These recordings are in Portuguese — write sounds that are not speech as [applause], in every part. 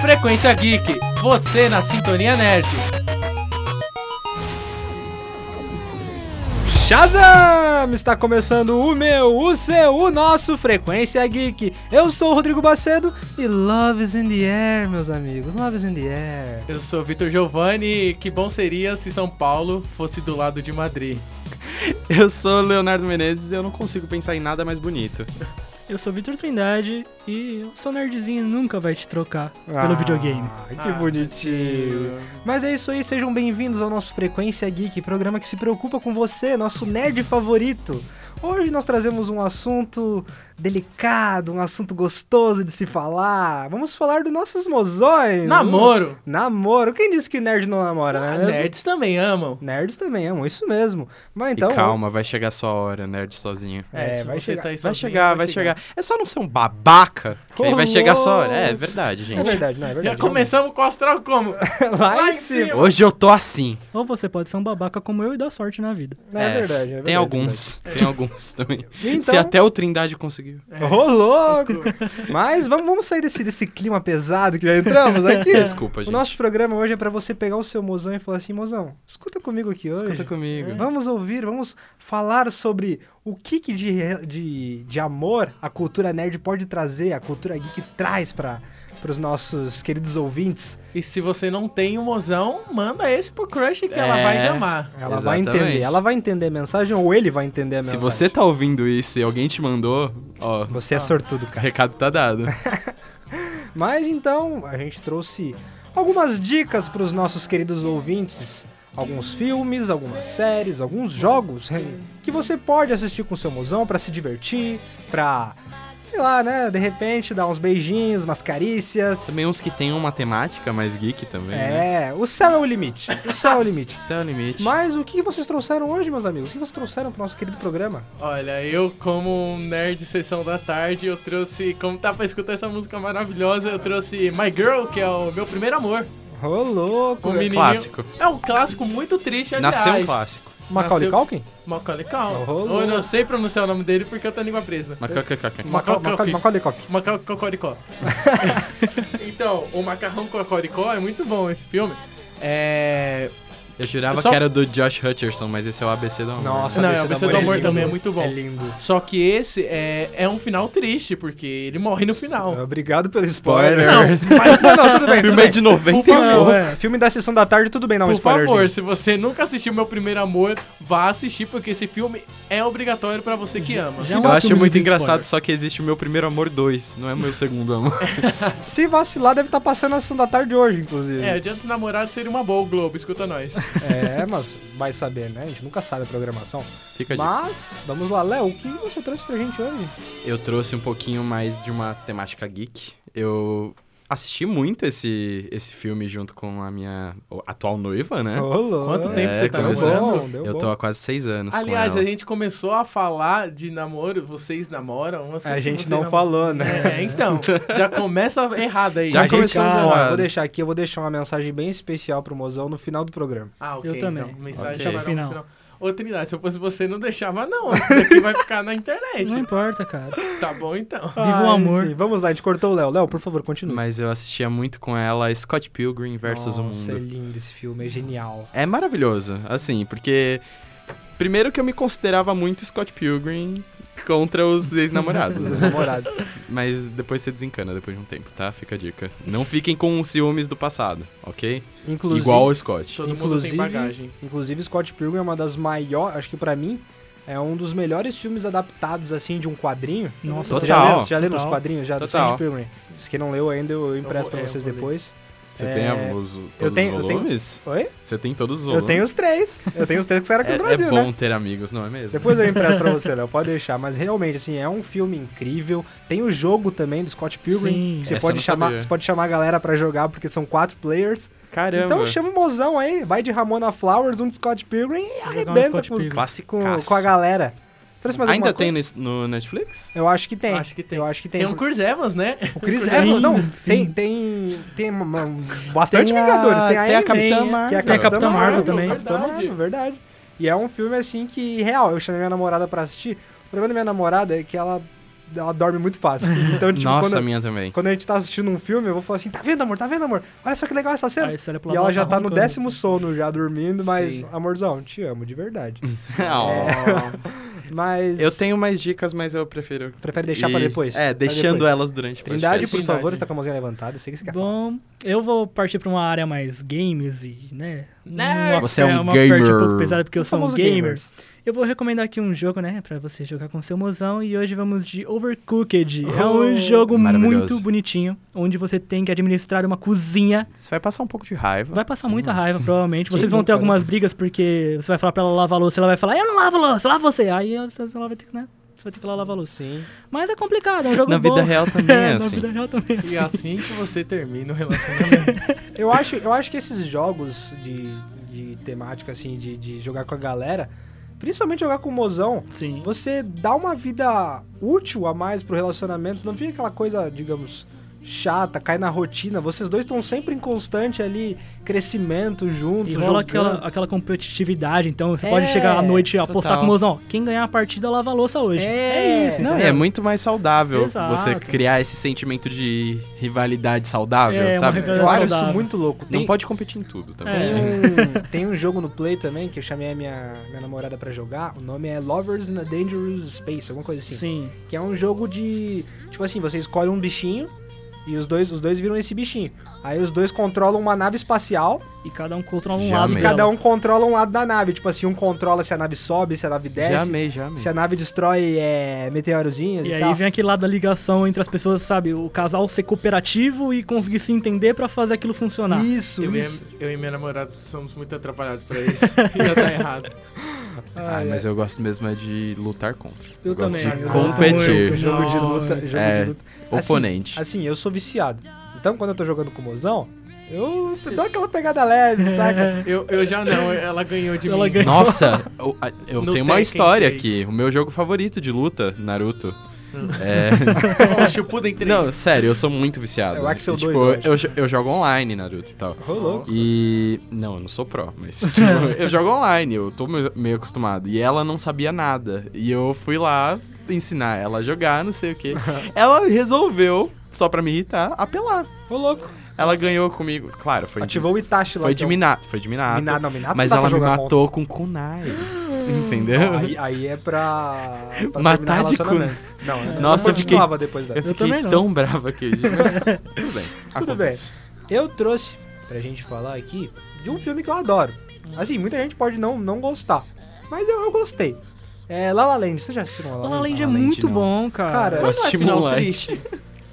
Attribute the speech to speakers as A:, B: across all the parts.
A: Frequência Geek, você na Sintonia Nerd.
B: Shazam! Está começando o meu, o seu, o nosso Frequência Geek. Eu sou o Rodrigo Bacedo e Love is in the air, meus amigos. Love is in the air.
A: Eu sou o Vitor Giovanni e que bom seria se São Paulo fosse do lado de Madrid.
C: [laughs] Eu sou o Leonardo Menezes e eu não consigo pensar em nada mais bonito.
D: Eu sou Vitor Trindade e eu sou nerdzinho e nunca vai te trocar pelo videogame.
B: Ai, que bonitinho.
A: Hum.
B: Mas é isso aí, sejam bem-vindos ao nosso Frequência Geek, programa que se preocupa com você, nosso nerd favorito. Hoje nós trazemos um assunto delicado, um assunto gostoso de se falar. Vamos falar dos nossos mozões.
A: Namoro. Ah,
B: Namoro. Quem disse que nerd não namora,
C: É
B: né? mesmo?
A: Nerds também amam.
B: Nerds também amam, isso mesmo. Mas então.
C: e calma, vai chegar sua hora, nerd sozinho.
B: É,
A: se
B: vai
A: você
B: chegar.
A: tá aí
C: Vai
A: sozinho,
C: chegar, vai chegar. É só não ser um babaca, que aí
B: Ô,
C: vai chegar sua hora. É,
B: louco.
C: é verdade,
B: É
C: gente.
B: verdade, não, é verdade.
A: Já
B: [laughs]
A: começamos com o Astral como?
B: Lá,
A: Lá
B: em
A: em
B: cima.
A: cima.
C: Hoje eu tô assim.
D: Ou você pode ser um babaca como eu e dar sorte na vida.
B: É, verdade, é verdade.
C: Tem alguns, tem alguns também.
B: Então,
C: Se até o Trindade conseguiu.
B: Ô,
C: [laughs]
B: louco! Mas vamos, vamos sair desse, desse clima pesado que já entramos aqui.
C: [laughs] Desculpa,
B: É, O
C: gente.
B: nosso programa hoje é pra você pegar o seu mozão e falar assim, mozão, escuta comigo aqui hoje.
C: Escuta comigo.
B: Vamos ouvir, vamos falar sobre o que, que de, re- de, de amor a cultura nerd pode trazer, a cultura geek traz para os nossos queridos ouvintes.
A: E se você não tem um mozão, manda esse pro crush que ela
C: É.
A: vai amar.
B: Ela vai
C: Exatamente.
B: entender, ela vai entender a mensagem ou ele vai entender a
C: Se
B: mensagem.
C: você tá ouvindo isso e alguém te mandou, ó,
B: Você é sortudo,
C: o
B: cara.
C: recado tá dado.
B: [laughs] Mas então, a gente trouxe algumas dicas para os nossos queridos ouvintes. Alguns filmes, algumas séries, alguns jogos hein, que você pode assistir com seu mozão pra se divertir, pra, sei lá, né, de repente dar uns beijinhos, umas carícias.
C: Também uns que tem uma temática mais geek também, né?
B: É, o céu é o limite. O céu é o limite.
C: Esse é o limite.
B: Mas o que vocês trouxeram hoje, meus amigos? O que vocês trouxeram pro nosso querido programa?
A: Olha, eu como um nerd sessão da tarde, eu trouxe, como tá pra escutar essa música maravilhosa, eu trouxe My Girl, que é o meu primeiro amor.
B: Ô, louco!
A: Um
B: é.
A: menininho-
C: Clássico.
A: É um clássico muito triste, aliás.
C: Nasceu um clássico.
B: Macaulay
A: nasceu-
B: Culkin?
A: Macaulay Culkin.
B: Oh,
A: Ou eu não sei pronunciar o nome dele porque eu tô a língua presa.
C: Mas ca- ca- ca- ca-
A: Macaulay
B: Macaulay-
A: Culkin.
B: Macaulay Culkin.
A: Macaco Cocoricó. então, o Macarrão Cocoricó é muito bom esse filme. É...
C: Eu jurava
A: Só-
C: que era do Josh Hutcherson, mas esse é o ABC do Amor.
B: Nossa,
A: Não, é,
B: esse
A: o ABC
B: da
A: do
B: Amor
A: Amor
B: lindo.
A: também é muito bom.
B: É lindo.
A: Só que esse é, é um final triste, porque ele morre no final.
B: Obrigado pelo spoiler.
C: Spoiler.
A: Não, mas
B: Não, não, tudo bem. Tudo
C: Filme é
B: bem.
C: de
A: por
C: 90.
A: favor,
B: Não, é, Filme da sessão da tarde, tudo bem, [laughs] não, um
A: Por favor,
B: spoilerzinho.
A: se você nunca assistiu Meu Primeiro Amor, vá assistir, porque esse filme é obrigatório pra você que ama.
D: Já-
C: Eu
D: Não
C: acho
D: assume
C: muito
D: muito
C: engraçado,
D: spoiler.
C: só que existe o meu primeiro amor 2, não é o meu segundo amor.
B: Se vacilar, deve estar passando a sessão da tarde hoje, inclusive.
A: É, o Dia dos Namorados seria uma boa, o Globo, escuta nós.
B: É, mas vai saber, né? A gente nunca sabe a programação.
C: [laughs] Fica de...
B: Mas, vamos lá, Léo, o que você trouxe pra gente hoje?
C: Eu trouxe um pouquinho mais de uma temática geek. Eu assisti muito esse, esse filme junto com a minha atual noiva, né?
B: Olô.
A: Quanto tempo
C: É,
A: você tá
B: Deu
C: começou.
A: namorando?
B: bom, deu
C: Eu
B: bom.
C: tô há quase seis anos
A: Aliás,
C: com
A: a
C: ela.
A: gente começou a falar de namoro, vocês namoram? Você,
B: É, A gente
A: você
B: não
A: namora.
B: falou, né?
A: É, então, já começa errado aí.
C: Já
B: a gente,
C: começamos
B: ó,
C: errado.
B: eu vou deixar aqui, eu vou deixar uma mensagem bem especial pro mozão no final do programa.
A: Ah, ok,
D: Eu também.
A: então, mensagem
C: Ok.
A: okay. no
D: Final.
A: final. Ô, Trindade, se eu fosse você, não deixava não, isso daqui vai ficar na
D: Não
A: internet.
B: [laughs]
D: importa, cara.
A: Tá bom, então.
D: Viva o amor.
B: enfim, vamos lá, a gente cortou o Léo. Léo, por favor, continue.
C: Mas eu assistia muito com ela Scott Pilgrim versus
B: Nossa,
C: o
B: é
C: Mundo.
B: lindo esse filme, é genial.
C: É maravilhoso, assim, porque... Primeiro que eu me considerava muito Scott Pilgrim contra os ex-namorados.
B: [laughs] Os
C: né?
B: namorados.
C: Mas depois você desencana depois de um tempo, tá? Fica a dica. Não fiquem com os ciúmes do passado, ok?
B: Inclusive,
C: Igual o Scott.
A: Todo mundo tem
B: inclusive-
A: bagagem.
B: Inclusive, Scott Pilgrim é uma das maiores, acho que pra mim, é um dos melhores filmes adaptados, assim, de um quadrinho.
D: Nossa,
C: Total.
B: Você já leu, você já leu nos
D: Total.
B: quadrinhos já
C: Total.
B: do Scott Pilgrim? Se quem não leu ainda, eu impresso
A: vou-
B: pra
A: é, eu
B: vocês
A: vou ler.
B: depois.
C: Você
B: É,
C: tem a- os, todos
B: tenho-
C: os
B: eu tenho-
C: volumes?
B: Oi?
C: Você tem todos os
B: Eu
C: volumes?
B: tenho os três. Eu tenho os três que saíram aqui
C: é,
B: no Brasil,
C: é
B: né?
C: bom ter amigos, não é mesmo?
B: Depois eu empresto pra você, Léo, pode deixar. Mas realmente, assim, é um filme incrível. Tem o jogo também do Scott Pilgrim.
D: Sim.
B: que você,
C: Essa eu
B: pode
C: não
B: chamar,
C: sabia.
B: você pode chamar a galera pra jogar, porque são quatro players.
C: Caramba.
B: Então chama o mozão aí, vai de Ramona Flowers, um de Scott Pilgrim e
D: Jogar um
B: arrebenta
D: Scott
B: com, os-
D: Pilgrim.
C: Clássico.
B: com, com a galera. Trouxe mais
C: Ainda
B: alguma
C: tem
B: coisa?
C: no, no Netflix?
B: Eu acho que tem.
A: Acho que tem.
B: Eu acho que tem.
A: Tem um Chris Evans, né?
B: O Chris
D: Sim,
B: Evans, não,
D: sim.
B: tem, tem, tem uma- uma- bastante Vingadores. Tem a, Amy,
D: Capitã Marvel.
B: que é a
D: Tem a
B: Capitã,
D: Capitã Marvel também.
B: Capitã
A: Verdade.
B: Marvel, verdade. E é um filme, assim, que, real, eu chamei minha namorada pra assistir. O problema da minha namorada é que ela ela dorme muito fácil. Então, tipo,
C: Nossa,
B: quando,
C: a
B: [laughs]
C: minha também.
B: quando a gente tá assistindo um filme, eu vou falar assim, tá vendo, amor? Tá vendo, amor? Olha só que legal essa cena.
D: Aí tipo, você olha pra
B: E ela
D: volta,
B: já tá no
D: roncando.
B: décimo sono, já dormindo, mas,
A: Sim.
B: amorzão, te amo, de verdade. É,
C: Oh.
B: Mas.
C: Eu tenho mais dicas, mas eu prefiro.
B: Prefere deixar pra
C: ir-
B: depois?
C: É,
B: Pra
C: deixando
B: depois.
C: elas durante o
B: Trindade,
C: podcast.
B: por favor, você tá com a mãozinha levantada, eu sei que você quer falar.
D: Bom, eu vou partir pra uma área mais games e, né?
A: Nerd.
D: uma-
C: Você é um
D: uma
C: gamer.
D: parte um pouco pesada porque eu
B: O
D: sou um
B: famoso
D: gamer.
B: gamers.
D: Eu vou recomendar aqui um jogo, né, pra você jogar com seu mozão e hoje vamos de Overcooked. é
B: Oh,
D: um jogo
C: Maravilhoso.
D: muito bonitinho, onde você tem que administrar uma cozinha.
C: Você vai passar um pouco de raiva.
D: Vai passar muita raiva,
C: [laughs]
D: provavelmente.
B: Quem
D: Vocês vão ter
B: nunca, né?
D: algumas brigas porque você vai falar pra ela lavar a louça, ela vai falar: "Eu não lavo a louça, eu lavo você". Aí ela ela vai ter que, né, você vai ter que ir lá lavar a louça.
B: Sim.
D: Mas é complicado, é um jogo
C: Na
D: bom.
C: vida
D: [laughs]
C: real também é
D: na
C: assim.
D: vida real também.
A: E assim que você termina o relacionamento.
B: Eu acho, eu acho que esses jogos de, de temática, assim, de, de jogar com a galera, principalmente jogar com o mozão,
D: Sim.
B: você dá uma vida útil a mais pro relacionamento, não fica aquela coisa, digamos, chata, cai na rotina. Vocês dois estão sempre em constante ali crescimento juntos,
D: E
B: jogando.
D: rola aquela, aquela competitividade, então você
B: É,
D: pode chegar à noite e apostar
C: total.
D: com o mozão. Quem ganhar a partida lava a louça hoje.
B: É.
D: isso,
C: Não, e
D: entendeu?
C: é muito mais saudável
D: Exato.
C: você criar esse sentimento de rivalidade saudável,
D: É, uma
C: sabe?
D: rivalidade-
B: Eu acho isso
D: saudável.
B: muito louco.
C: Não
B: Tem-
C: pode competir em tudo também.
D: É.
B: Tem um, tem um jogo no Play também que eu chamei a minha, minha namorada pra jogar. O nome é Lovers in a Dangerous Space, alguma coisa assim.
D: Sim.
B: Que é um jogo de. Tipo assim, você escolhe um bichinho e os dois, os dois viram esse bichinho. Aí os dois controlam uma nave espacial
D: E cada um controla um
C: Já
D: lado
B: e
C: amei.
D: dela.
B: cada um controla um lado da nave. Tipo assim, um controla se a nave sobe, se a nave
D: É.
B: desce.
C: Já amei, já amei.
B: Se a nave destrói é, meteorozinhos e,
D: E aí
B: tal.
D: vem aquele lado da ligação entre as pessoas, sabe? O casal ser cooperativo e conseguir se entender pra fazer aquilo funcionar.
B: Isso,
A: Eu, e-
B: isso.
A: eu e minha namorada somos muito atrapalhados pra isso. Ia dar errado.
C: Ah, mas eu gosto mesmo é de lutar contra.
D: Eu
C: gosto
D: também,
C: de
D: eu gosto
C: competir.
D: muito.
B: Jogo de
D: Nossa.
B: luta. Jogo
C: É.
B: de luta. Assim,
C: Oponente.
B: Assim, eu sou viciado. Então, quando eu tô jogando com o mozão, eu dou aquela pegada leve,
D: [laughs]
B: saca?
A: Eu, eu já não, ela ganhou de
D: Ela
A: mim.
D: ganhou. [laughs]
C: Nossa, eu, a- eu
A: No
C: tenho uma
A: Tekken
C: história
A: três.
C: aqui. O meu jogo favorito de luta, Naruto.
A: Hum.
C: É...
D: [laughs]
A: Ó, o Shippuden três.
C: Não, sério, eu sou muito viciado.
B: É o Axel
C: tipo,
B: 2, eu
C: eu, jo- eu jogo online, Naruto e tal.
B: Rolou.
C: E. Não, eu não sou pró,
B: [laughs]
C: mas. tipo, eu jogo online, eu tô me- meio acostumado. E ela não sabia nada. E eu fui lá ensinar ela a jogar, não sei o
B: [laughs]
C: quê. Ela resolveu, só pra me irritar, apelar.
B: Ô, louco.
C: Ela ganhou comigo. Claro, foi.
B: Ativou o Itachi lá.
C: Foi de
B: então.
C: Minato, foi de Minato.
B: Minato, não, Minato
C: mas
B: dá pra
C: ela me
B: jogar
C: matou
B: [gasps]
C: com Kunai. entendeu?
B: Não, aí, aí é pra, pra
C: Matar
B: terminar
C: de
B: relacionamento. Não, é. eu
C: Nossa,
B: não
C: eu fiquei-
B: continuava depois dessa.
C: Eu fiquei
D: também não.
C: tão brava que
B: [laughs]
C: mas tudo bem.
B: Tudo bem. Eu trouxe pra gente falar aqui de um filme que eu adoro. Assim, muita gente pode não, não gostar, mas eu, eu gostei. É La La Land, você já assistiu La La
D: O
B: Land? Ah,
D: La Land é
C: La Land
D: muito
C: não.
D: bom, cara.
B: Cara,
C: Eu assisti
A: final
C: Moonlight.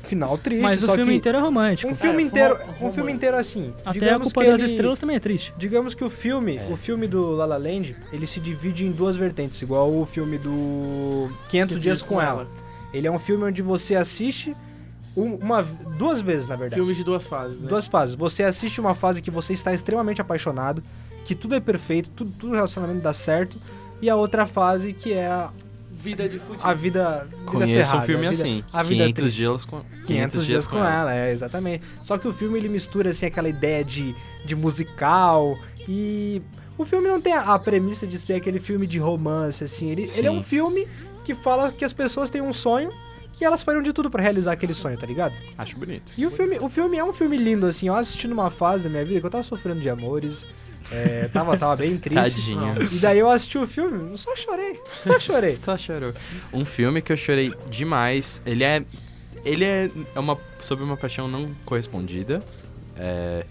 B: Final triste,
D: Mas o
B: só
D: filme
B: que
D: inteiro é romântico.
B: um filme
A: É,
B: inteiro,
A: rom-
B: um
A: romântico.
B: filme inteiro assim.
D: Até a
B: digamos
D: Culpa
B: que
D: das
B: ele-
D: Estrelas É. também é triste.
B: Digamos que o filme, o filme do La La Land, ele se divide em duas vertentes, igual o filme do 500 dias com ela. Ele é um filme onde você assiste um- uma duas vezes, na verdade.
A: Filmes de duas fases, né?
B: Duas fases. Você assiste uma fase que você está extremamente apaixonado, que tudo é perfeito, tudo, tudo no relacionamento dá certo, e a outra fase que é a,
A: Vida de futebol.
B: a vida, vida
C: Conheço
B: ferrada,
C: um filme
B: a vida-
C: assim.
B: a vida é
C: 500
B: triste.
C: dias com 500,
B: 500 dias com ela, é, exatamente. Só que o filme ele mistura assim aquela ideia de, de musical e o filme não tem a, a premissa de ser aquele filme de romance assim, ele,
C: Sim.
B: ele é um filme que fala que as pessoas têm um sonho e elas fariam de tudo pra realizar aquele sonho, tá ligado?
C: Acho bonito.
B: E o filme, o filme é um filme lindo assim, eu assisti numa fase da minha vida que eu tava sofrendo de amores, é, tava, tava bem triste.
C: Tadinha.
B: E daí eu assisti o filme, só chorei, só chorei.
C: Só chorou. Um filme que eu chorei demais. Ele é. Ele é, é uma, sobre uma paixão não correspondida. É,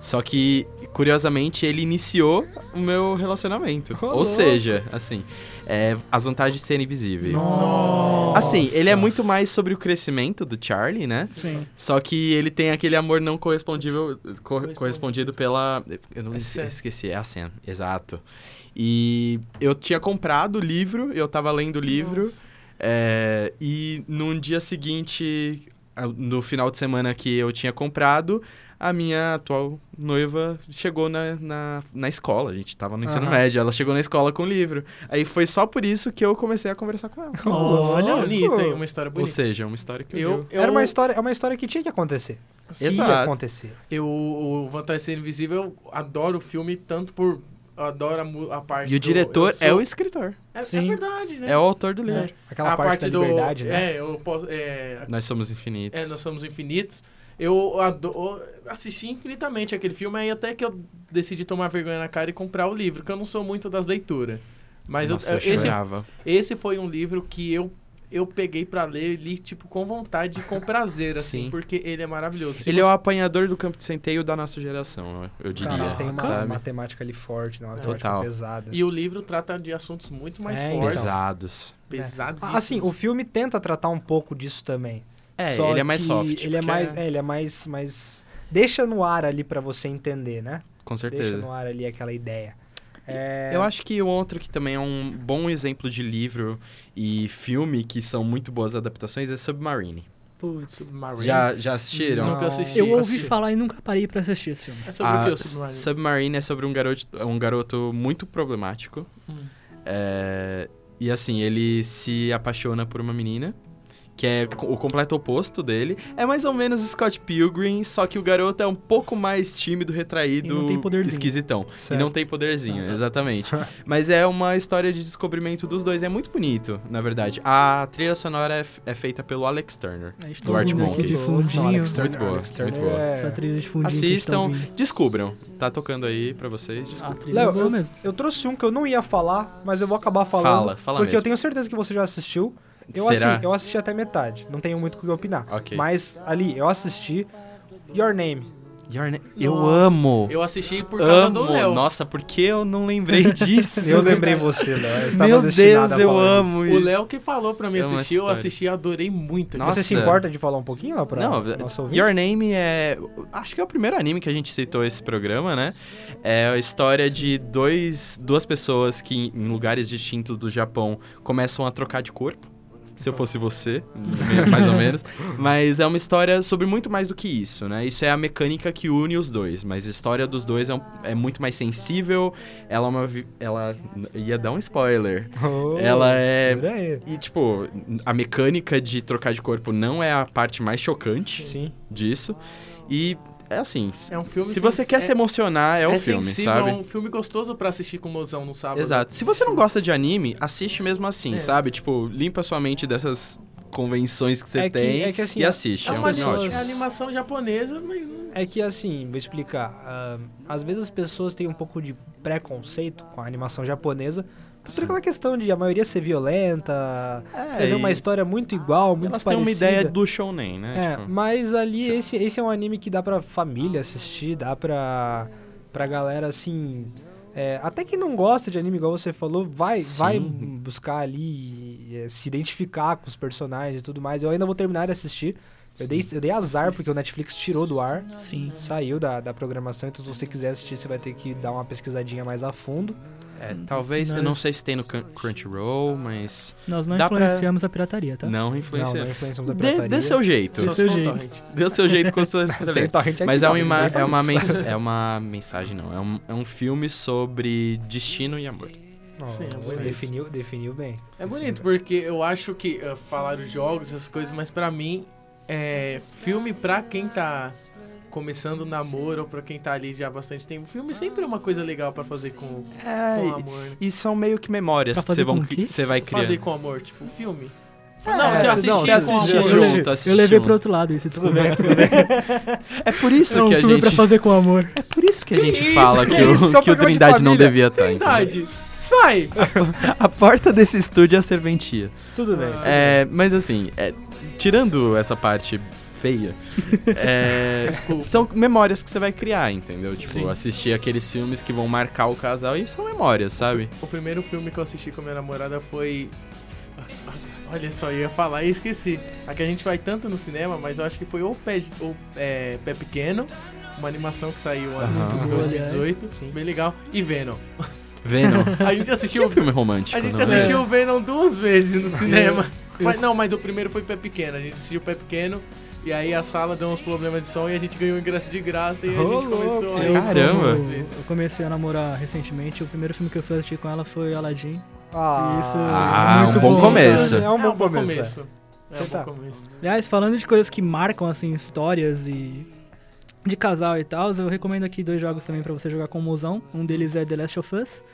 C: só que, curiosamente, ele iniciou o meu relacionamento. Ou seja, assim, é, as vantagens de serem visíveis.
A: Nossa.
C: Assim, ele é muito mais sobre o crescimento do Charlie, né?
D: Sim.
C: Só que ele tem aquele amor não correspondível, co- correspondido,
A: Correspondido.
C: pela. Eu não
A: É
C: es-
A: Sam.
C: esqueci, é a Sam, exato. E eu tinha comprado o livro, eu tava lendo o livro, é, e num dia seguinte, a- no final de semana que eu tinha comprado, a minha atual noiva chegou na, na, na escola, a gente tava no ensino
B: Aham.
C: médio, ela chegou na escola com o livro. Aí foi só por isso que eu comecei a conversar com ela.
A: Olha,
B: Louco.
A: bonito, hein? Uma história
C: Ou
A: bonita.
C: seja, é uma história que eu.
A: Eu, eu,
B: Era uma história, é uma história que tinha que acontecer. Ia
C: Exato.
B: acontecer.
A: Eu, o Vantagem de Ser Invisível, eu adoro o filme tanto por adoro a mu- a, parte
C: E o
A: do-
C: diretor
A: eu sou-
C: é o escritor.
A: É, é
D: Sim.
A: verdade, né?
C: É o autor do livro.
B: Aquela
A: a
B: parte,
A: parte
B: da
A: do...
B: liberdade, né?
A: É, eu posso... É,
C: Nós somos infinitos.
A: É, nós somos infinitos. Eu ado- assisti infinitamente aquele filme, aí até que eu decidi tomar vergonha na cara e comprar o livro, que eu não sou muito das leituras. Mas eu-
C: Nossa, eu,
A: esse,
C: chorava.
A: esse foi um livro que eu, eu peguei pra ler e li, tipo, com vontade e com
C: [laughs]
A: prazer, assim,
C: Sim.
A: porque ele é maravilhoso. Se
C: Ele é o
A: você-
C: apanhador do campo de centeio da nossa geração, eu- eu diria.
B: Cara, tem uma
C: sabe?
B: matemática ali forte, né? uma matemática
C: Total.
B: pesada.
A: E o livro trata de assuntos muito mais
B: É,
A: fortes,
B: então.
C: Pesados.
A: pesado.
B: Ah, Assim, o filme tenta tratar um pouco disso também.
C: É,
B: Só
C: ele é mais
B: que
C: soft.
B: Ele é
C: porque-
B: mais, é, ele é mais, mais... Deixa no ar ali pra você entender, né?
C: Com
B: Deixa
C: certeza.
B: no ar ali aquela ideia. É,
C: Eu acho que o outro que também é um bom exemplo de livro e filme que são muito boas adaptações é Submarine.
D: Putz.
A: Submarine.
C: Já, já assistiram?
A: Nunca
B: Não.
A: assisti.
D: Eu ouvi
A: assisti.
D: falar e nunca parei pra assistir esse filme.
A: É sobre
C: Ah,
A: o que o
C: S-
A: Submarine?
C: Submarine é sobre um garoto, um garoto muito problemático.
A: Hum.
C: É, e assim, ele se apaixona por uma menina, que é co- o completo oposto dele. É mais ou menos Scott Pilgrim, só que o garoto é um pouco mais tímido, retraído,
D: E não tem poderzinho.
C: esquisitão. E
B: Certo.
C: não tem poderzinho,
D: Ah, tá.
C: exatamente. Mas é uma história de descobrimento dos dois. É muito bonito, na verdade. A trilha sonora é, f- é feita pelo Alex Turner.
D: A gente
C: Do
D: tá
C: Art
D: ouvindo aqui de
C: Monkeys.
B: Não,
D: fundinho.
B: Alex Turner,
C: tá Muito boa,
B: Alex Turner
C: muito boa.
B: é-
D: Essa trilha de fundinho. que a gente tá
C: Assistam,
D: ouvindo.
C: descubram. Tá tocando aí pra vocês.
D: A
C: Descubram.
D: trilha
B: Léo,
D: é boa mesmo.
B: Eu trouxe um que eu não ia falar, mas eu vou acabar falando.
C: Fala, fala
B: Porque eu
C: mesmo.
B: tenho certeza que você já assistiu. Eu,
C: Será?
B: assi- eu assisti até metade. Não tenho muito o que opinar.
C: Ok.
B: Mas ali, eu assisti Your Name.
C: Your Na- Eu
A: Nossa,
C: amo.
A: Eu assisti por causa do
C: amo.
A: Léo.
C: Nossa, por que eu não lembrei [laughs] disso?
B: Eu lembrei você, Léo. Eu estava
C: Meu
B: destinado
C: Deus,
B: a
C: eu
B: falar.
C: amo
A: O
C: isso.
A: Léo que falou pra mim
C: É uma
A: assistir, eu
C: história.
A: assisti e adorei muito.
C: Nossa.
B: Você se importa de falar um pouquinho lá pra
C: Não,
B: nosso ouvinte?
C: Your Name é. Acho que é o primeiro anime que a gente citou esse programa, né? É a história de dois, duas pessoas que, em- em lugares distintos do Japão, começam a trocar de corpo. Se eu
B: [laughs]
C: fosse você, me- mais ou menos. Mas é uma história sobre muito mais do que isso, né? Isso é a mecânica que une os dois. Mas a história dos dois é, um- é muito mais sensível. Ela é uma. vi- Ela. Ia dar um spoiler.
B: Oh,
C: Ela é-
B: segura aí.
C: E, tipo, a mecânica de trocar de corpo não é a parte mais chocante
B: Sim.
C: disso. E é assim. s-
A: É um filme
C: se você
A: sens-
C: quer
A: é-
C: se emocionar, é o
A: é
C: filme,
A: sensível,
C: sabe?
A: É um filme gostoso pra assistir com o mozão no sábado.
C: Exato. Se você não gosta de anime, assiste mesmo assim,
A: É.
C: sabe? Tipo, limpa sua mente dessas convenções que você
B: É que-
C: tem
B: é que, assim,
C: e assiste.
A: É
C: É
B: as
C: um
A: uma
C: filme
A: anima-
B: pessoas-
C: ótimo.
A: é animação japonesa, mas não-
B: É que assim, vou explicar. ah, às vezes as pessoas têm um pouco de preconceito com a animação japonesa. Por toda é aquela questão de a maioria ser violenta, trazer
C: É, e
B: É, uma história muito igual, muito
C: Elas têm
B: parecida.
C: uma ideia do shounen, né?
B: É,
C: Tipo,
B: mas ali esse, esse é um anime que dá pra família assistir, dá pra, pra galera assim. é, até quem não gosta de anime, igual você falou, vai,
C: Sim.
B: vai buscar ali é, se identificar com os personagens e tudo mais. Eu ainda vou terminar de assistir. Eu dei, eu dei azar porque o Netflix tirou do ar,
D: Sim.
B: saiu da, da programação, então se você quiser assistir, você vai ter que dar uma pesquisadinha mais a fundo.
C: é, talvez, eu
D: nós-
C: não sei se tem no Crun- Crunchyroll, mas
D: Nós não
C: Dá pra-
D: influenciamos a pirataria, tá?
C: não
B: Não, não
C: influencia.
B: influenciamos a
C: Dê,
B: pirataria.
C: dê seu jeito.
A: só se
D: Seu
A: for
D: jeito.
A: torrent.
C: [laughs] Dê o seu jeito com sua
B: [laughs] Sem
C: responsabilidade.
B: torrent
C: Mas é
B: aqui,
C: uma,
B: ninguém
C: ima-
B: faz
C: é,
B: [laughs]
C: uma
B: isso.
C: mens- é uma mensagem, não. É um, é um filme sobre destino e amor.
B: Nossa,
A: Sim, é bonito.
B: definiu, definiu bem.
A: É bonito, porque eu acho que uh, falaram jogos, essas coisas, mas pra mim, é filme pra quem tá começando o namoro ou pra quem tá ali já há bastante tempo. Filme sempre é uma coisa legal pra fazer com, com
C: É,
A: amor. né?
C: e, e são meio que memórias
D: Pra
C: que
D: fazer
C: você, vão,
D: com o quê?
C: cri- você vai
A: Fazer
C: criando.
A: com amor, tipo, filme. não,
B: é,
A: eu
B: se- não,
A: assisti
B: se
A: com
B: assistir
A: amor.
B: junto.
D: Eu levei pro outro lado isso. Tudo bem, tudo [laughs] bem.
C: É por isso
D: É um
C: que a
D: filme pra
C: gente.
D: fazer com amor.
C: É por isso que a gente
A: isso?
C: fala que,
B: Que isso? Isso é
C: o,
B: um
C: que o
B: programa de
C: Trindade não
B: família.
C: devia estar. entendeu?
A: Verdade. Sai!
C: A porta desse estúdio é a serventia.
B: Tudo bem.
C: É, mas assim, é, tirando essa parte
A: [laughs]
C: feia, é,
A: Desculpa.
C: são memórias que você vai criar, entendeu? Tipo,
A: Sim.
C: assistir aqueles filmes que vão marcar o casal e são memórias,
A: [laughs]
C: sabe?
A: O primeiro filme que eu assisti com a minha namorada foi. [laughs] Olha só, eu ia falar e esqueci. Aqui a gente vai tanto no cinema, mas eu acho que foi ou Pé, ou, é, Pé Pequeno, uma animação que saiu em
C: Aham.
A: 2018, sim. bem legal, e Venom. [laughs]
C: Venom.
A: A gente
C: Que
B: [laughs]
C: é
A: assistiu,
C: um filme romântico,
A: a gente
C: não
B: né?
C: é?
A: assistiu o Venom duas vezes no cinema.
B: É.
A: Mas, não, mas o primeiro foi Pé Pequeno, a gente assistiu Pé Pequeno. E aí a sala deu uns problemas de som e a gente ganhou ingresso de graça e a
B: Ô,
A: gente começou
B: louco.
A: a
D: Eu,
A: ir
C: Caramba.
A: duas
D: como
A: vezes.
D: Eu comecei a namorar recentemente. O primeiro filme que eu fui assistir com ela foi Aladdin. Isso.
B: Ah,
D: Ah, um bom
C: começo.
B: É um
A: É
B: bom começo.
A: É um
B: Então tá.
A: bom começo.
D: Aliás, falando de coisas que marcam, assim, histórias e de casal e tal, eu recomendo aqui dois jogos também pra você jogar com o mozão. Um deles é The Last of Us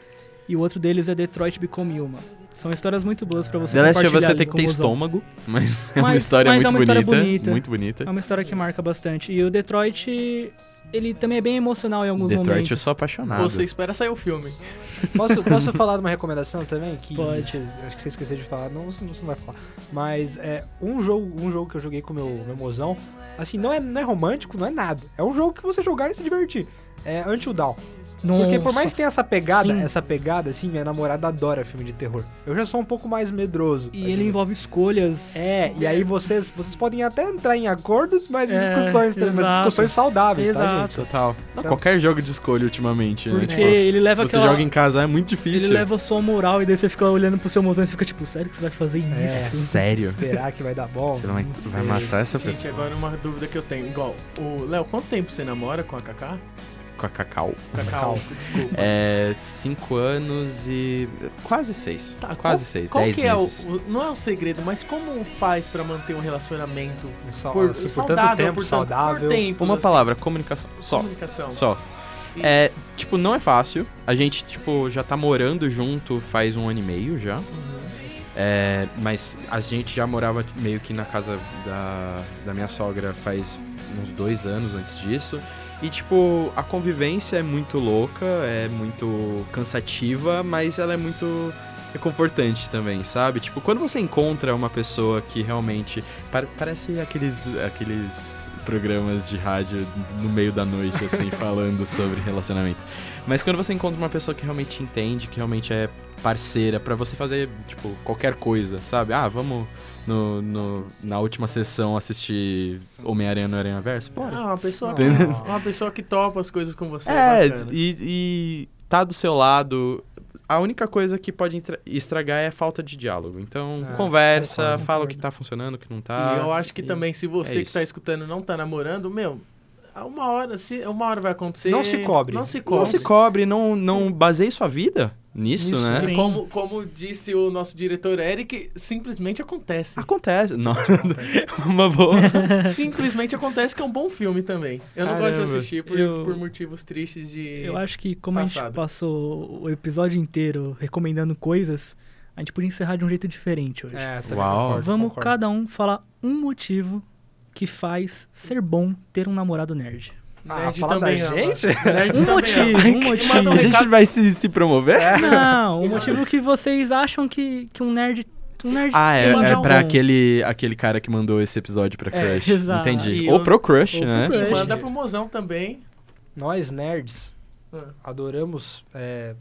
D: e o outro deles é Detroit Become Human. São histórias muito boas pra você
C: The Last of
D: compartilhar
C: Us você
D: ali
C: tem que
D: com
C: ter
D: o mozão.
C: estômago, [laughs] mas é uma
D: Mas-
C: história
D: mas é
C: muito
D: uma história
C: bonita,
D: bonita.
C: Muito bonita.
D: É uma história que marca bastante. E o Detroit, ele também é bem emocional em alguns
C: Detroit eu
D: momentos.
C: sou apaixonado.
A: Você espera sair o filme.
B: Posso, posso falar de uma recomendação também? Que
D: Pode.
B: vocês- Acho que você esqueceu de falar. Não, você não você não vai falar. Mas é um jogo, um jogo que eu joguei com meu, meu mozão. Assim, não é, não é romântico, não é nada. É um jogo que você jogar e se divertir. É Until Dawn.
D: Nossa.
B: Porque por mais que tenha essa pegada,
D: Sim.
B: essa pegada, assim, minha namorada adora filme de terror. Eu já sou um pouco mais medroso.
D: E
B: admito.
D: ele envolve escolhas.
B: É, e aí vocês, vocês podem até entrar em acordos, mas em
D: É,
B: discussões também, mas
D: exato.
B: discussões saudáveis, tá, gente?
D: Exato.
C: Total. Não, qualquer jogo de escolha ultimamente, né?
D: Porque
C: Tipo,
D: ele
C: se
D: leva
C: você
D: aquela...
C: joga em casa é muito difícil.
D: Ele leva a sua moral e daí você fica olhando pro seu mozão e fica tipo, sério que você vai fazer
C: É
D: isso?
C: sério.
B: Será que vai dar bom?
C: Você vai,
B: Não
C: vai
B: sei.
C: matar essa
A: Gente,
C: pessoa
A: agora uma dúvida que eu tenho. Igual, o Léo, quanto tempo você namora com a Kaká?
D: é?
C: com a Cacau.
A: Cacau,
C: [laughs]
A: desculpa.
C: É. 5 anos e. quase 6.
A: Tá,
C: quase
A: qual-
C: 6.
A: Qual
C: 10
A: que é o,
C: meses.
A: o- Não é o segredo, mas como faz pra manter um relacionamento
B: Sa-
A: por,
B: assim, por
A: saudável,
B: tanto tempo,
A: por, tanto- por
B: saudável.
A: tempo?
C: Uma
A: assim,
C: palavra, comunicação. Só.
A: Comunicação.
C: Só.
A: Isso.
C: É, tipo, não é fácil. A gente, tipo, já tá morando junto faz um ano e meio já. É, mas a gente já morava meio que na casa da, da minha sogra faz uns dois anos antes disso. E, tipo, a convivência é muito louca, é muito cansativa, mas ela é muito reconfortante também, sabe? Tipo, quando você encontra uma pessoa que realmente. par- parece aqueles, aqueles programas de rádio no meio da noite, assim, [laughs] falando sobre relacionamento. Mas quando você encontra uma pessoa que realmente te entende, que realmente é parceira pra você fazer, tipo, qualquer coisa, sabe? Ah, vamos no, no- na última sessão assistir Homem-Aranha no Aranha Verso? Bora.
A: Ah, uma pessoa,
B: Entendeu?
A: [laughs] uma pessoa que topa as coisas com você.
C: É,
A: bacana.
C: e, e tá do seu lado. A única coisa que pode entra- estragar é a falta de diálogo. Então,
B: Ah,
C: conversa,
B: concordo,
C: fala o
D: concordo.
C: que tá funcionando, o que não tá.
A: E eu acho que
C: e-
A: também, se
C: é
A: você que
C: isso.
A: tá escutando não tá namorando, meu, a uma hora, se uma hora vai acontecer.
B: Não se cobre.
A: Não se cobre.
C: Não se cobre, não, não baseie sua vida nisso,
B: Nisso,
C: né?
A: E
D: Sim.
A: como, como disse o nosso diretor Eric, simplesmente acontece.
C: Acontece. Não, [laughs] uma boa.
A: simplesmente acontece que é um bom filme também. Eu não gosto de
C: Caramba.
A: assistir por,
D: Eu-
A: por motivos tristes de.
D: Eu acho que como a
A: Passado.
D: gente passou o episódio inteiro recomendando coisas, a gente podia encerrar de um jeito diferente hoje.
B: É, também
C: Uau.
B: concordo,
D: Vamos
B: concordo.
D: cada um falar um motivo que faz ser bom ter um namorado nerd.
B: Ah,
A: Nerd
B: falar da
A: também ama.
B: gente?
A: Nerd
D: Um
A: também
D: motivo,
A: ama.
D: um motivo.
A: Manda um
C: a gente
A: recado.
C: vai se, se promover?
D: é,
B: É. [laughs]
D: Não, o motivo que vocês acham que, que um nerd. Um nerd
C: Ah, é,
D: tem um
C: é
D: bom.
C: pra aquele, aquele cara que mandou esse episódio pra
A: É,
C: Crush.
D: exato.
C: Entendi.
A: E
C: Ou
A: eu-
C: pro Crush,
D: ou pro
C: né?
A: um
D: Crush.
A: E
D: Entendi.
B: é
A: manda pro mozão também.
B: Nós, nerds,
A: Ah.
B: adoramos é,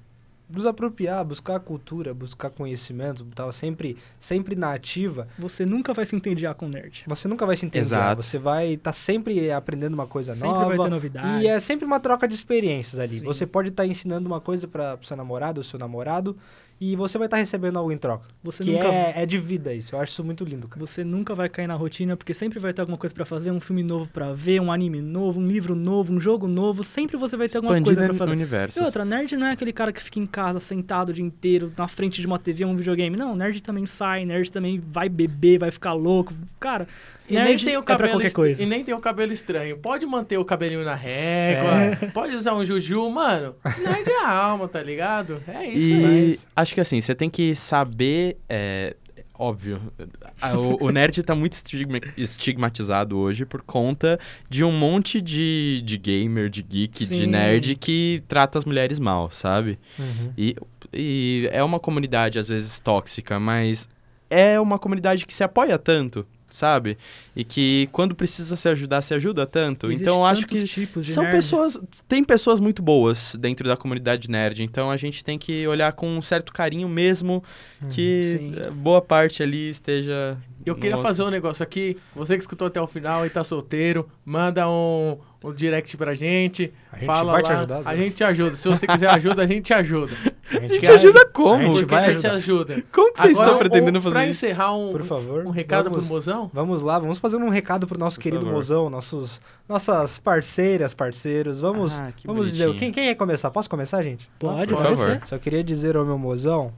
B: nos apropriar, buscar cultura, buscar conhecimento, tava sempre, sempre na ativa.
D: Você nunca vai se entediar com nerd.
B: Você nunca vai se entender,
C: Exato.
B: você vai estar sempre aprendendo uma coisa
D: Sempre
B: nova.
D: vai ter novidade.
B: E é sempre uma troca de experiências ali.
D: Sim.
B: Você pode estar ensinando uma coisa para seu namorado, ou seu namorado, e você vai estar recebendo algo em troca.
D: Você
B: que
D: nunca
B: é, é de vida isso. Eu acho isso muito lindo, cara.
D: Você nunca vai cair na rotina, porque sempre vai ter alguma coisa pra fazer, um filme novo pra ver, um anime novo, um livro novo, um jogo novo, sempre você vai ter alguma
C: Expandido
D: coisa pra
C: no
D: fazer. E
C: universo. assim.
D: outra, nerd não é aquele cara que fica em casa sentado o dia inteiro, na frente de uma TV ou um videogame. Não, nerd também sai, nerd também vai beber, vai ficar louco. Cara,
A: E
D: nerd
A: nem, tem o
D: é pra
A: cabelo
D: qualquer
A: est-
D: coisa.
A: e nem tem o cabelo estranho. Pode manter o cabelinho na régua,
D: É.
A: pode usar um juju, mano. Nerd é a alma, tá ligado? É isso, né?
C: E
B: mas-
C: acho que assim, você tem que saber. É, óbvio, a- o, o nerd tá muito estigma- estigmatizado hoje por conta de um monte de, de gamer, de geek, de
D: Sim.
C: nerd que trata as mulheres mal, sabe? E, e é uma comunidade às vezes tóxica, mas é uma comunidade que se apoia tanto, sabe? E que quando precisa se ajudar, se ajuda tanto.
D: Existe
C: então acho
D: tantos
C: que
D: tipos de
C: são
D: nerd.
C: pessoas. Tem pessoas muito boas dentro da comunidade nerd, então a gente tem que olhar com um certo carinho mesmo que
D: Sim.
C: eh, boa parte ali esteja.
A: Eu queria
C: no-
A: fazer um negócio aqui. Você que escutou até o final e tá solteiro, manda um, um direct pra gente.
B: A gente
A: fala
B: vai
A: lá,
B: te ajudar,
A: A
B: Zé.
A: gente te ajuda. Se você quiser ajuda, a gente te ajuda.
B: A
A: [laughs]
C: A gente
B: quer-
C: ajuda
B: A
C: como?
B: gente
A: Porque
B: vai
A: a gente
B: ajudar.
A: ajuda.
C: Como que vocês
A: Agora,
C: estão pretendendo
A: um-
C: fazer
A: Pra
C: isso?
A: encerrar um,
B: Por favor.
A: um recado
B: vamos,
A: pro mozão?
B: Vamos lá, vamos fazer um recado pro nosso
C: Por
B: querido
C: favor.
B: mozão, nossos, nossas parceiras, parceiros. Vamos,
C: Ah, que
B: vamos dizer.
C: bonitinho.
B: Quem, quem quer começar? Posso começar, gente? [laughs]
D: Pode,
A: Por
D: pode
C: favor.
D: ser.
B: Só queria dizer ao meu mozão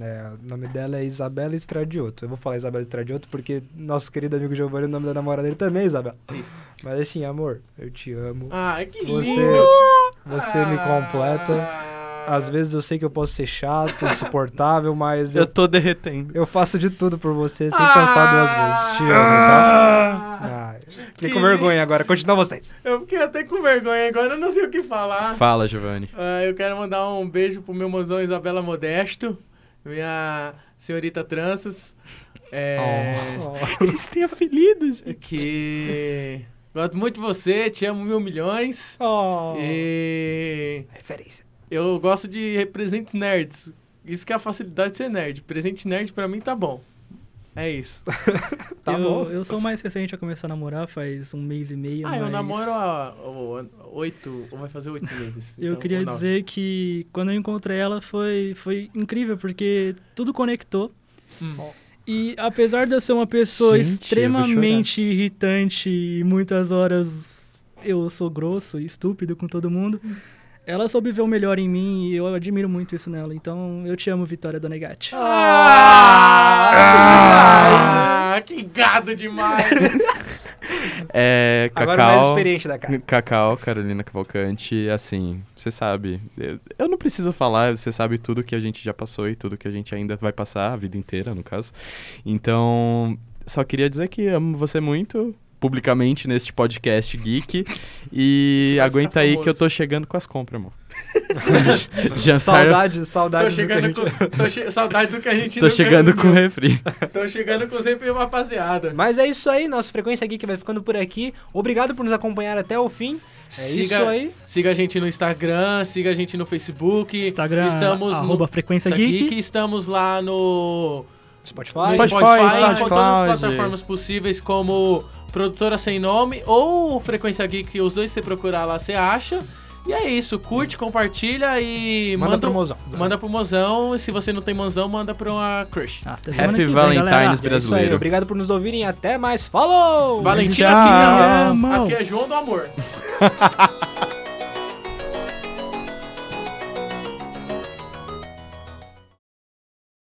B: É, o nome dela é Isabela Stradiotto. Eu vou falar Isabela Stradiotto porque nosso querido amigo Giovanni, o nome da namorada dele também é Isabela. Mas assim, amor, eu te amo.
A: Ah, que lindo!
B: Você- Você me completa.
A: Ah.
B: Às vezes eu sei que eu posso ser chato, insuportável, mas eu,
E: Eu tô derretendo.
B: eu faço de tudo por você sem
A: Ah.
B: pensar duas vezes. Te amo, tá? Ah, fiquei
A: Que
B: com vergonha agora. Continua vocês.
A: Eu fiquei até com vergonha agora, eu não sei o que falar.
C: Fala, Giovanni.
A: Ah, eu quero mandar um beijo pro meu mozão Isabela Modesto, minha senhorita tranças. É,
E: Eles têm apelido,
B: Oh.
E: gente.
A: Que. Gosto muito de você, te amo mil milhões.
B: Oh.
A: E.
B: Referência.
A: Eu gosto de presentes nerds. Isso que é a facilidade de ser nerd. Presente nerd pra mim tá bom. É isso.
B: Tá
D: eu,
B: bom.
D: Eu sou mais recente a começar a namorar, faz um mês e meio.
A: Ah, eu
D: mas
A: namoro há ó, oito, ou vai fazer oito meses.
D: Eu
A: então,
D: queria
A: ou nove.
D: dizer que quando eu encontrei ela foi, foi incrível, porque tudo conectou.
A: Hum.
D: E apesar de eu ser uma pessoa
E: Gente, eu vou
D: extremamente irritante e muitas horas eu sou grosso e estúpido com todo mundo, ela soube ver o melhor em mim e eu admiro muito isso nela. Então eu te amo, Vitória Donegatti.
A: Ah, que gado demais!
C: É,
B: Agora o
C: Cacau.
B: mais experiente da cara.
C: Cacau, Carolina Cavalcante, assim, você sabe. Eu, eu não preciso falar, você sabe tudo que a gente já passou e tudo que a gente ainda vai passar, a vida inteira, no caso. Então, só queria dizer que amo você muito, publicamente, neste podcast geek. E
A: Vai ficar
C: aguenta aí que eu tô
A: famoso.
C: chegando com as compras,
A: [laughs]
C: amor. [laughs] Jantar.
B: Saudade, saudade.
A: Tô
B: do que a
A: chegando
B: gente-
A: com. Tô che... Saudade do que a gente
C: Tô
A: não
C: chegando com
A: ganhou.
C: refri.
A: Tô chegando com sempre uma rapaziada.
B: Mas é isso aí, nossa frequência geek vai ficando por aqui. Obrigado por nos acompanhar até o fim. É isso aí.
A: Siga a gente no Instagram, siga a gente no Facebook.
D: Instagram,
A: estamos
D: arroba
A: no
D: Frequência
A: Isso aqui
D: Geek.
A: que estamos lá no
B: Spotify.
A: no
E: Spotify,
A: em
E: SoundCloud.
A: todas as plataformas possíveis, como Produtora Sem Nome ou Frequência Geek, os dois você procurar lá, você acha. E é isso, curte, compartilha e
B: Manda, É
A: manda,
B: pro mozão.
A: manda pro mozão. E se você não tem mozão, manda pra uma crush.
D: Ah, até semana que
C: Happy
D: vem, galera.
C: Valentine's
B: É isso aí.
C: brasileiro.
B: Obrigado por nos ouvirem. Até mais. Falou!
E: Tchau.
A: Valentina
B: é,
A: aqui não.
E: Amor.
A: Aqui é João do Amor.